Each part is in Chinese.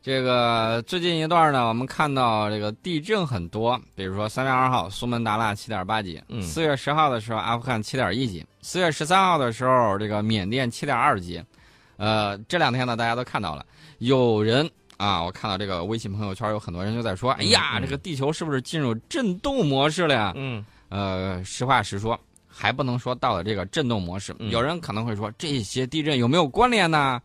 这个最近一段呢，我们看到这个地震很多，比如说三月二号苏门答腊七点八级，嗯四月十号的时候阿富汗七点一级，四月十三号的时候这个缅甸七点二级，呃，这两天呢大家都看到了，有人啊，我看到这个微信朋友圈有很多人就在说，哎呀，嗯这个地球是不是进入震动模式了呀？嗯呃，实话实说，还不能说到了这个震动模式。嗯有人可能会说，这些地震有没有关联呢？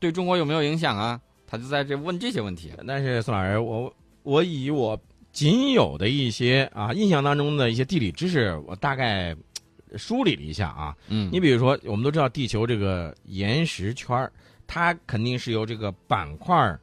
对中国有没有影响啊？他就在这问这些问题。但是宋老师，我我以我仅有的一些啊印象当中的一些地理知识，我大概呃梳理了一下啊。嗯，你比如说，我们都知道地球这个岩石圈儿，它肯定是由这个板块儿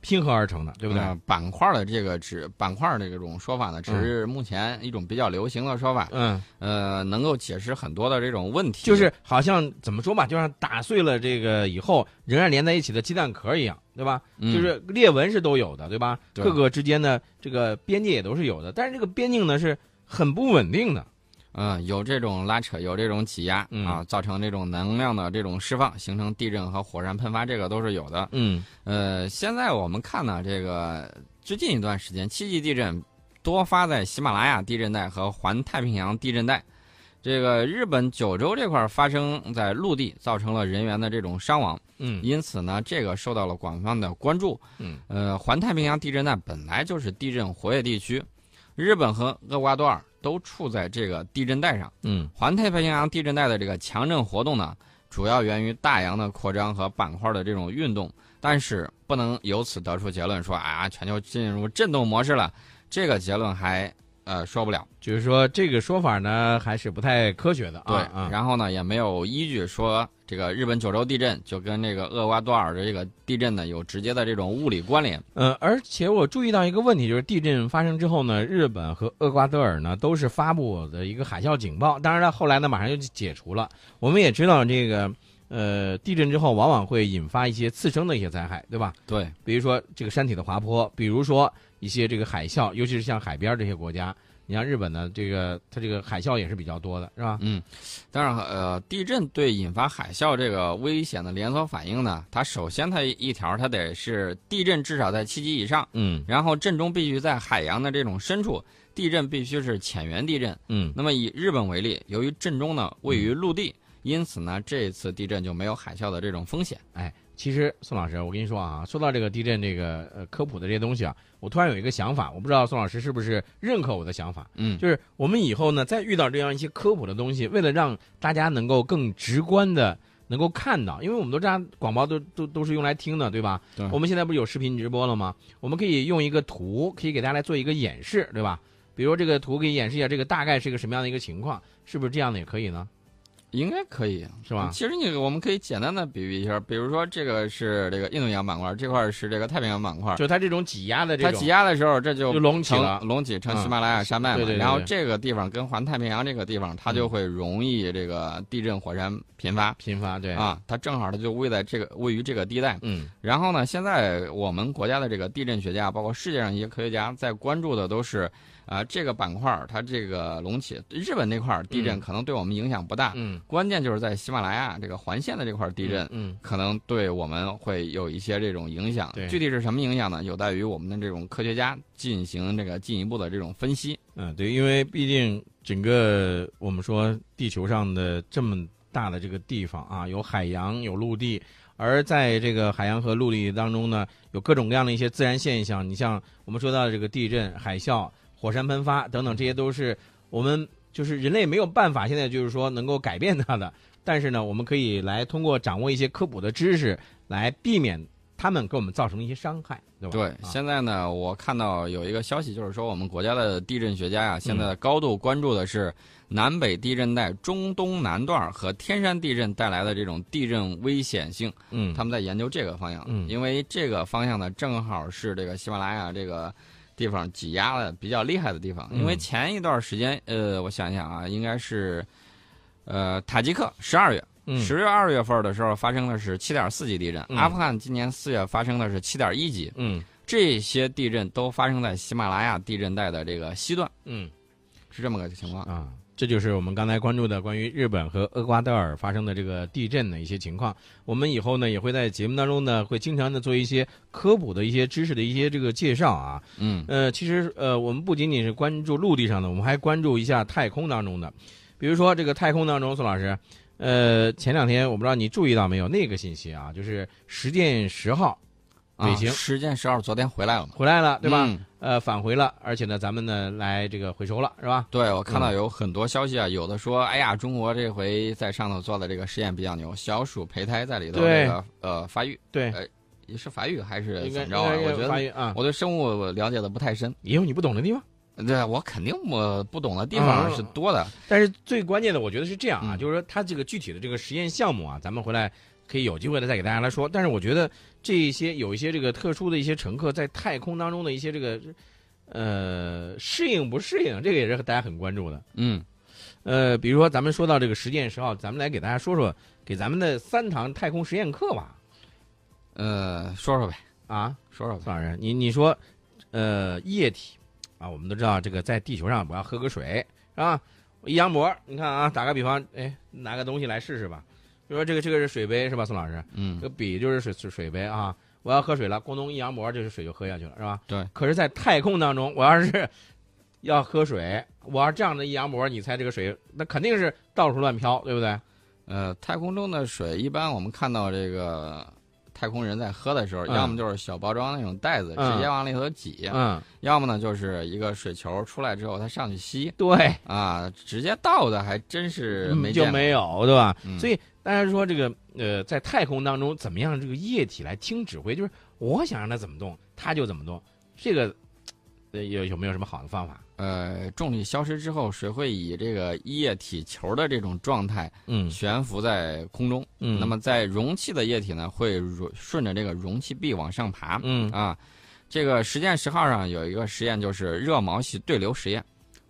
拼合而成的，对对不不对？对？嗯板块的这个指板块的这种说法呢，只是目前一种比较流行的说法，嗯，呃，能够解释很多的这种问题。就是好像怎么说吧，就像打碎了这个以后仍然连在一起的鸡蛋壳一样，对吧？嗯就是裂纹是都有的，对吧？对各个之间的这个边界也都是有的，但是这个边境呢是很不稳定的。嗯，有这种拉扯，有这种挤压、嗯啊，造成这种能量的这种释放，形成地震和火山喷发，这个都是有的。嗯呃，现在我们看呢，这个最近一段时间，七级地震多发在喜马拉雅地震带和环太平洋地震带。这个日本九州这块儿发生在陆地，造成了人员的这种伤亡，嗯因此呢，这个受到了广泛的关注。嗯，呃，环太平洋地震带本来就是地震活跃地区，日本和厄瓜多尔都处在这个地震带上。嗯环太平洋地震带的这个强震活动呢，主要源于大洋的扩张和板块的这种运动，但是不能由此得出结论说啊，全球进入震动模式了，这个结论还呃说不了。就是说这个说法呢还是不太科学的啊。对，嗯啊，然后呢也没有依据说这个日本九州地震就跟这个厄瓜多尔的这个地震呢有直接的这种物理关联。呃，而且我注意到一个问题，就是地震发生之后呢，日本和厄瓜多尔呢都是发布的一个海啸警报，当然了，后来呢马上就解除了。我们也知道这个，呃，地震之后往往会引发一些次生的一些灾害，对吧？对，比如说这个山体的滑坡，比如说一些这个海啸，尤其是像海边儿这些国家，你像日本呢，这个它这个海啸也是比较多的，是吧？嗯，当然呃，地震对引发海啸这个危险的连锁反应呢，它首先它一条它得是地震至少在七级以上。嗯然后震中必须在海洋的这种深处，地震必须是浅源地震。嗯那么以日本为例，由于震中呢位于陆地，因此呢这一次地震就没有海啸的这种风险。哎，其实宋老师，我跟你说啊，说到这个地震这个呃科普的这些东西啊，我突然有一个想法，我不知道宋老师是不是认可我的想法，嗯，就是我们以后呢，再遇到这样一些科普的东西，为了让大家能够更直观的。能够看到，因为我们都知道广播都都都是用来听的，对吧？对我们现在不是有视频直播了吗？我们可以用一个图，可以给大家来做一个演示，对吧？比如这个图可以演示一下这个大概是一个什么样的一个情况，是不是这样的也可以呢？应该可以。啊是吧？其实你我们可以简单的比喻一下，比如说这个是这个印度洋板块，这块是这个太平洋板块。就它这种挤压的这它种，挤压的时候，这就就隆起成了隆起成嗯喜马拉雅山脉嘛。对对嗯对对然后这个地方跟环太平洋这个地方，它就会容易这个地震火山频发、频发，对，啊。它正好它就位在这个位于这个地带。嗯然后呢，现在我们国家的这个地震学家，包括世界上一些科学家，在关注的都是，啊、这个板块儿它这个隆起，日本那块儿地震嗯可能对我们影响不大，嗯，关键就是在喜马拉雅这个环线的这块儿地震。嗯可能对我们会有一些这种影响对，具体是什么影响呢？有待于我们的这种科学家进行这个进一步的这种分析。嗯，对，因为毕竟整个我们说地球上的这么大的这个地方啊，有海洋，有陆地，而在这个海洋和陆地当中呢，有各种各样的一些自然现象。你像我们说到的这个地震、海啸、火山喷发等等，这些都是我们就是人类没有办法现在就是说能够改变它的。但是呢，我们可以来通过掌握一些科普的知识，来避免他们给我们造成一些伤害，对吧？对，啊现在呢，我看到有一个消息，就是说我们国家的地震学家呀、嗯现在高度关注的是南北地震带中东南段儿和天山地震带来的这种地震危险性，嗯，他们在研究这个方向，嗯因为这个方向呢，正好是这个喜马拉雅这个。地方挤压的比较厉害的地方，嗯因为前一段时间，呃，我想想啊，应该是，呃，塔吉克十二月，嗯十月二月份的时候发生的是七点四级地震，嗯阿富汗今年四月发生的是七点一级，嗯这些地震都发生在喜马拉雅地震带的这个西段，嗯是这么个情况。啊，这就是我们刚才关注的关于日本和厄瓜多尔发生的这个地震的一些情况。我们以后呢也会在节目当中呢会经常的做一些科普的一些知识的一些这个介绍啊。嗯呃，其实呃，我们不仅仅是关注陆地上的，我们还关注一下太空当中的。比如说这个太空当中，宋老师，呃，前两天我不知道你注意到没有那个信息啊，就是实践十号啊北京时间十二昨天回来了嘛，回来了，对吧？嗯呃，返回了，而且呢，咱们呢来这个回收了，是吧？对，我嗯看到有很多消息啊，有的说，哎呀，中国这回在上头做的这个实验比较牛，小鼠胚胎在里头对这个呃发育，对，也是发育还是应该怎么着应啊？该我觉发得育啊，我对生物了解的不太深，也有你不懂的地方。对我肯定我不懂的地方嗯是多的，但是最关键的，我觉得是这样啊，嗯就是说它这个具体的这个实验项目啊，咱们回来可以有机会的再给大家来说。但是我觉得这些有一些这个特殊的一些乘客在太空当中的一些这个呃适应不适应，这个也是大家很关注的。嗯呃，比如说咱们说到这个实践十号，咱们来给大家说说给咱们的三堂太空实验课吧。呃，说说呗，啊，说说呗，宋老师，你你说呃液体啊，我们都知道这个在地球上我要喝个水是吧？一扬脖，你看啊，打个比方，哎，拿个东西来试试吧。比如说这个这个是水杯是吧，宋老师？嗯这个笔就是水水水杯啊。我要喝水了，咣咚一扬脖，这是水就喝下去了，是吧？对。可是，在太空当中，我要是要喝水，我要这样的一扬脖，你猜这个水那肯定是到处乱飘，对不对？呃，太空中的水一般我们看到这个太空人在喝的时候，嗯要么就是小包装那种袋子嗯直接往里头挤，嗯，要么呢就是一个水球出来之后它上去吸。对。啊，直接倒的还真是嗯没见就过。没有，对吧？嗯所以大家说这个呃，在太空当中怎么样这个液体来听指挥，就是我想让它怎么动，它就怎么动。这个呃有有没有什么好的方法？呃，重力消失之后，水会以这个液体球的这种状态嗯悬浮在空中。嗯那么在容器的液体呢，会如顺着这个容器壁往上爬。嗯啊，这个实践十号上有一个实验，就是热毛细对流实验，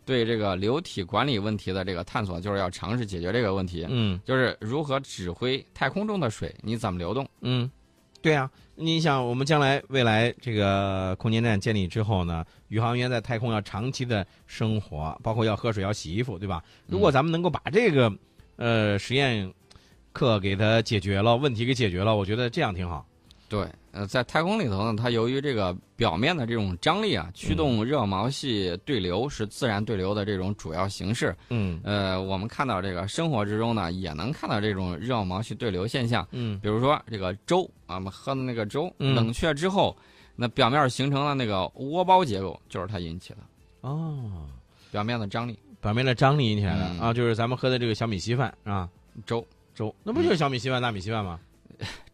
对这个流体管理问题的这个探索，就是要尝试解决这个问题，嗯就是如何指挥太空中的水你怎么流动。嗯，对啊，你想我们将来未来这个空间站建立之后呢，宇航员在太空要长期的生活，包括要喝水、要洗衣服，对吧？如嗯果咱们能够把这个呃实验课给它解决了，问题给解决了，我觉得这样挺好。对，呃，在太空里头呢，它由于这个表面的这种张力啊，嗯驱动热毛细对流是自然对流的这种主要形式。嗯呃，我们看到这个生活之中呢，也能看到这种热毛细对流现象。嗯比如说这个粥啊，我们喝的那个粥，嗯冷却之后，那表面形成了那个窝包结构，就是它引起的哦。表面的张力。表面的张力引起来的、嗯啊，就是咱们喝的这个小米稀饭啊，粥，粥，那不就是小米稀饭、大米稀饭吗？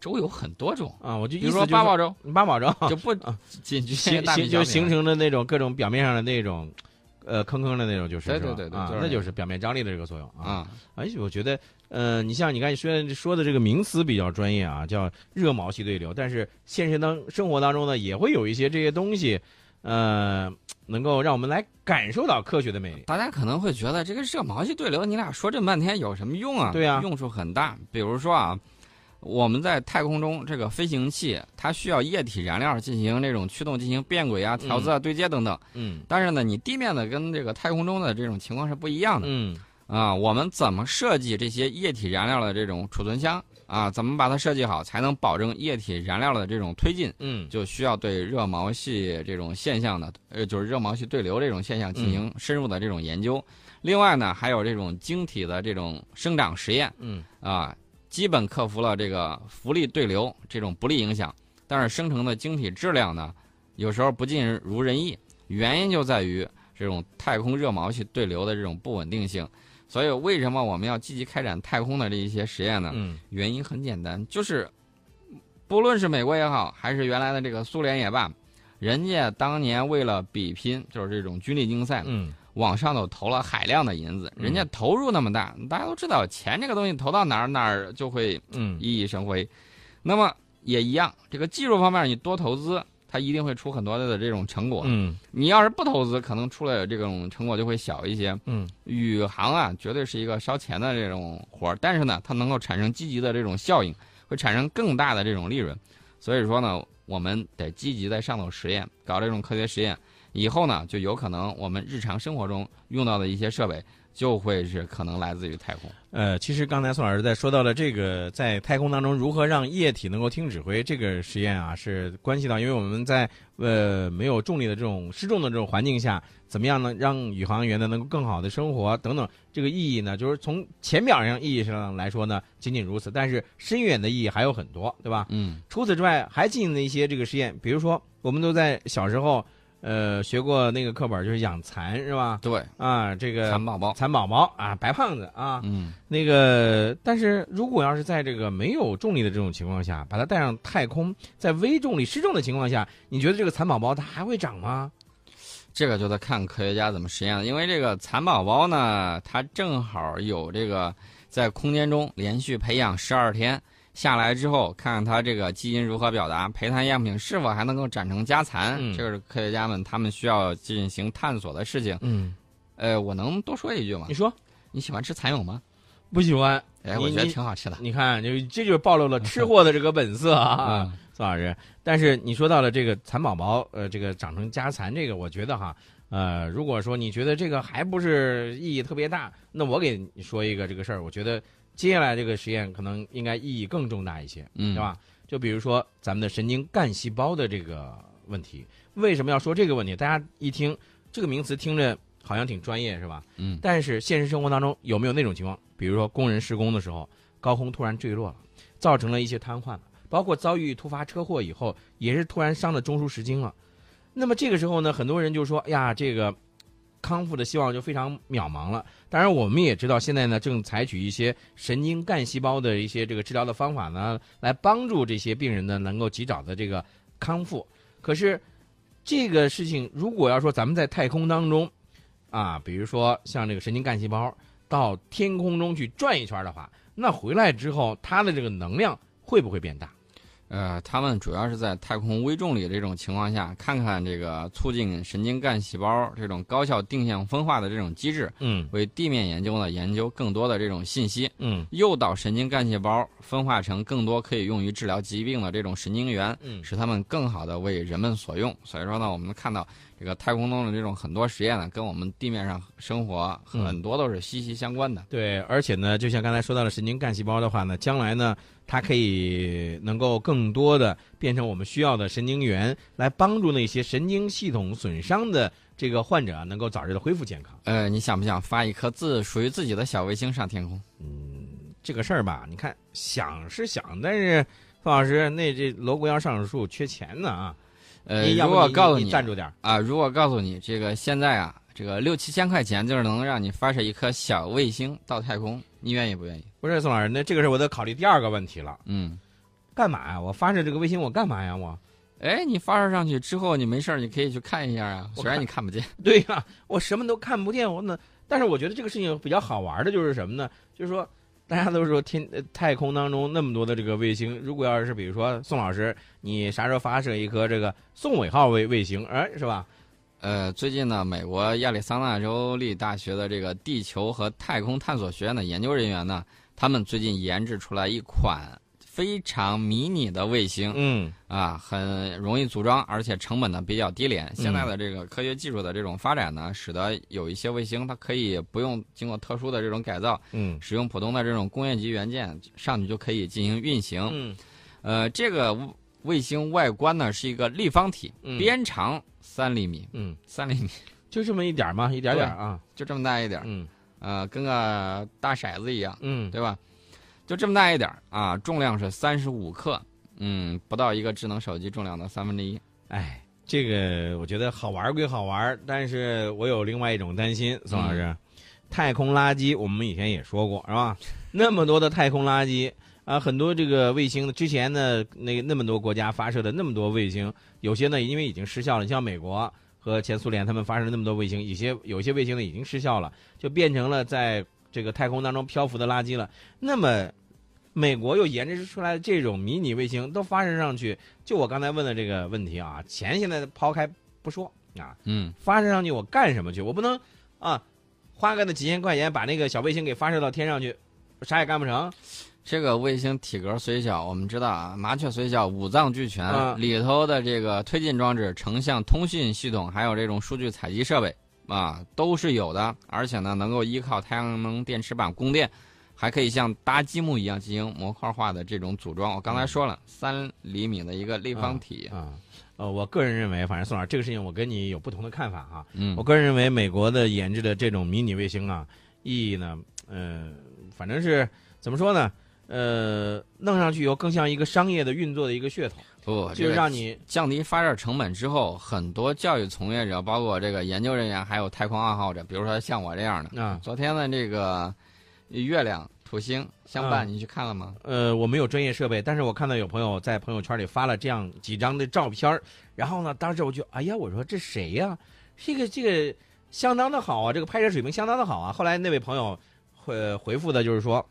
粥有很多种，啊，我就比意如思说就是八宝粥八宝 粥，就不啊仅局限于形大米形小就米啊形了成的那种各种表面上的那种，呃，坑坑的那种，就是对对是吧对对啊就是那就是表面张力的这个作用啊。啊，而且我觉得，呃，你像你刚才虽然说的这个名词比较专业啊，叫热毛细对流，但是现实当生活当中呢，也会有一些这些东西，呃，能够让我们来感受到科学的魅力。大家可能会觉得这个热毛细对流，你俩说这么半天有什么用啊？对啊用处很大。比如说啊，我们在太空中这个飞行器，它需要液体燃料进行这种驱动、进行变轨啊、调姿啊、对接等等。嗯但是呢，你地面的跟这个太空中的这种情况是不一样的嗯啊。我们怎么设计这些液体燃料的这种储存箱啊？怎么把它设计好，才能保证液体燃料的这种推进？嗯，就需要对热毛细这种现象呢，呃，就是热毛细对流这种现象进行嗯深入的这种研究。另外呢，还有这种晶体的这种生长实验，嗯啊，基本克服了这个浮力对流这种不利影响，但是生成的晶体质量呢，有时候不尽如人意，原因就在于这种太空热毛细对流的这种不稳定性。所以，为什么我们要积极开展太空的这一些实验呢？嗯原因很简单，就是不论是美国也好，还是原来的这个苏联也罢，人家当年为了比拼就是这种军力竞赛，嗯。往上头投了海量的银子，嗯人家投入那么大，大家都知道钱这个东西投到哪儿哪儿就会嗯熠熠生辉。那么也一样，这个技术方面你多投资，它一定会出很多的这种成果。嗯你要是不投资，可能出来的这种成果就会小一些。嗯宇航啊，绝对是一个烧钱的这种活儿，但是呢，它能够产生积极的这种效应，会产生更大的这种利润。所以说呢，我们得积极在上头实验，搞这种科学实验。以后呢，就有可能我们日常生活中用到的一些设备，就会是可能来自于太空。呃，其实刚才宋老师在说到了这个在太空当中如何让液体能够听指挥这个实验啊，是关系到因为我们在呃没有重力的这种失重的这种环境下，怎么样呢让宇航员呢能够更好的生活啊等等，这个意义呢，就是从浅表上意义上来说呢，仅仅如此，但是深远的意义还有很多，对吧？嗯除此之外，还进行了一些这个实验，比如说我们都在小时候呃学过那个课本，就是养蚕是吧？对，啊，这个蚕宝宝，蚕宝宝啊，白胖子啊。嗯，那个，但是如果要是在这个没有重力的这种情况下，把它带上太空，在微重力失重的情况下，你觉得这个蚕宝宝它还会长吗？这个就得看科学家怎么实验了。因为这个蚕宝宝呢，它正好有这个在空间中连续培养十二天下来之后，看看它这个基因如何表达，胚胎样品是否还能够长成家蚕，嗯这个是科学家们他们需要进行探索的事情。嗯，呃，我能多说一句吗你？说你喜欢吃蚕蛹吗？不喜欢？哎，嗯你我觉得你挺好吃的。你看，就这就暴露了吃货的这个本色 啊，嗯宋老师。但是你说到了这个蚕宝宝，呃，这个长成家蚕，这个我觉得哈，呃，如果说你觉得这个还不是意义特别大，那我给你说一个这个事儿，我觉得接下来这个实验可能应该意义更重大一些。嗯，对？吧？就比如说咱们的神经干细胞的这个问题，为什么要说这个问题？大家一听这个名词，听着好像挺专业，是吧？嗯但是现实生活当中有没有那种情况？比如说工人施工的时候，高空突然坠落了，造成了一些瘫痪了，包括遭遇突发车祸以后，也是突然伤了中枢神经了。那么这个时候呢，很多人就说：“哎呀，这个康复的希望就非常渺茫了。”当然，我们也知道现在呢，正采取一些神经干细胞的一些这个治疗的方法呢，来帮助这些病人呢能够及早的这个康复。可是，这个事情如果要说咱们在太空当中，啊，比如说像这个神经干细胞到天空中去转一圈的话，那回来之后它的这个能量会不会变大？呃，他们主要是在太空微重力这种情况下，看看这个促进神经干细胞这种高效定向分化的这种机制，嗯为地面研究呢研究更多的这种信息，嗯诱导神经干细胞分化成更多可以用于治疗疾病的这种神经元，嗯使它们更好的为人们所用。所以说呢，我们看到这个太空中的这种很多实验呢，跟我们地面上生活嗯很多都是息息相关的。对，而且呢，就像刚才说到的神经干细胞的话呢，将来呢，它可以能够更多的变成我们需要的神经元，来帮助那些神经系统损伤的这个患者啊能够早日的恢复健康。呃，你想不想发一颗自属于自己的小卫星上天空？这个事儿吧，你看想是想，但是范老师，那这罗锅腰上树缺钱呢啊！呃，你要如不果你告诉你你赞助点儿，啊，如果告诉你这个现在啊，这个六七千块钱就是能让你发射一颗小卫星到太空，你愿意不愿意？不是宋老师，那这个事儿我得考虑第二个问题了，嗯，干嘛呀？我发射这个卫星我干嘛呀？我哎，你发射上去之后，你没事儿你可以去看一下啊，我虽然看你看不见。 对呀、我什么都看不见，我那但是我觉得这个事情比较好玩的就是什么呢？就是说。大家都说天呃太空当中那么多的这个卫星，如果要是比如说宋老师，你啥时候发射一颗这个宋伟号卫卫星，哎，是吧？呃，最近呢，美国亚利桑那州立大学的这个地球和太空探索学院的研究人员呢，他们最近研制出来一款非常迷你的卫星，嗯啊，很容易组装，而且成本呢比较低廉。现嗯在的这个科学技术的这种发展呢，使得有一些卫星它可以不用经过特殊的这种改造，嗯使用普通的这种工业级元件上去就可以进行运行。嗯呃，这个卫星外观呢是一个立方体，嗯边长三厘米，嗯，三厘米就这么一点儿嘛，一点儿点儿啊，就这么大一点儿，嗯呃，跟个大骰子一样，嗯对吧？就这么大一点儿啊，重量是三十五克，嗯，不到一个智能手机重量的三分之一。哎，这个我觉得好玩归好玩，但是我有另外一种担心，宋老师，太空垃圾我们以前也说过是吧？那么多的太空垃圾啊，很多这个卫星之前呢，那那么多国家发射的那么多卫星，有些呢因为已经失效了，你像美国。和前苏联他们发射了那么多卫星，有些有些卫星呢已经失效了，就变成了在这个太空当中漂浮的垃圾了。那么，美国又研制出来这种迷你卫星都发射上去，就我刚才问的这个问题啊，钱现在抛开不说啊，嗯，发射上去我干什么去？我不能啊，花个那几千块钱把那个小卫星给发射到天上去，啥也干不成。这个卫星体格虽小，我们知道啊，麻雀虽小，五脏俱全，嗯里头的这个推进装置、成像通信系统，还有这种数据采集设备啊，都是有的。而且呢，能够依靠太阳能电池板供电，还可以像搭积木一样进行模块化的这种组装。我刚才说了，嗯三厘米的一个立方体，啊，呃，我个人认为，反正宋老师这个事情，我跟你有不同的看法哈、嗯我个人认为，美国的研制的这种迷你卫星啊，意义呢，呃，反正是怎么说呢？呃，弄上去以后更像一个商业的运作的一个噱头，不，这就个是让你降低发射成本之后，很多教育从业者，包括这个研究人员，还有太空爱好者，比如说像我这样的，啊，昨天的这个月亮、土星相伴，嗯你去看了吗？呃，我没有专业设备，但是我看到有朋友在朋友圈里发了这样几张的照片儿然后呢，当时我就哎呀，我说这谁呀、这个这个相当的好啊，这个拍摄水平相当的好啊。后来那位朋友回、呃回复的就是说，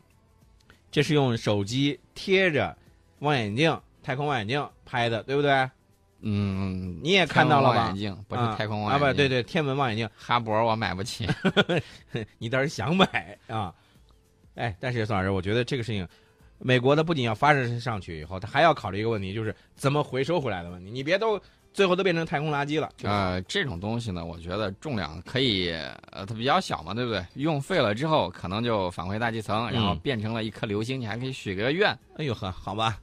这是用手机贴着望远镜、太空望远镜拍的，对不对？嗯，你也看到了天文望吧远？镜不是啊太空望啊远镜，不对对，天文望远镜。哈勃我买不 起。你倒是想买啊？哎，但是宋老师，我觉得这个事情，美国的不仅要发射上去以后，它还要考虑一个问题，就是怎么回收回来的问题。你别都最后都变成太空垃圾了。呃，这种东西呢，我觉得重量可以，呃，它比较小嘛，对不对？用废了之后，可能就返回大气层，然后嗯变成了一颗流星，你还可以许个愿。哎呦呵，好吧，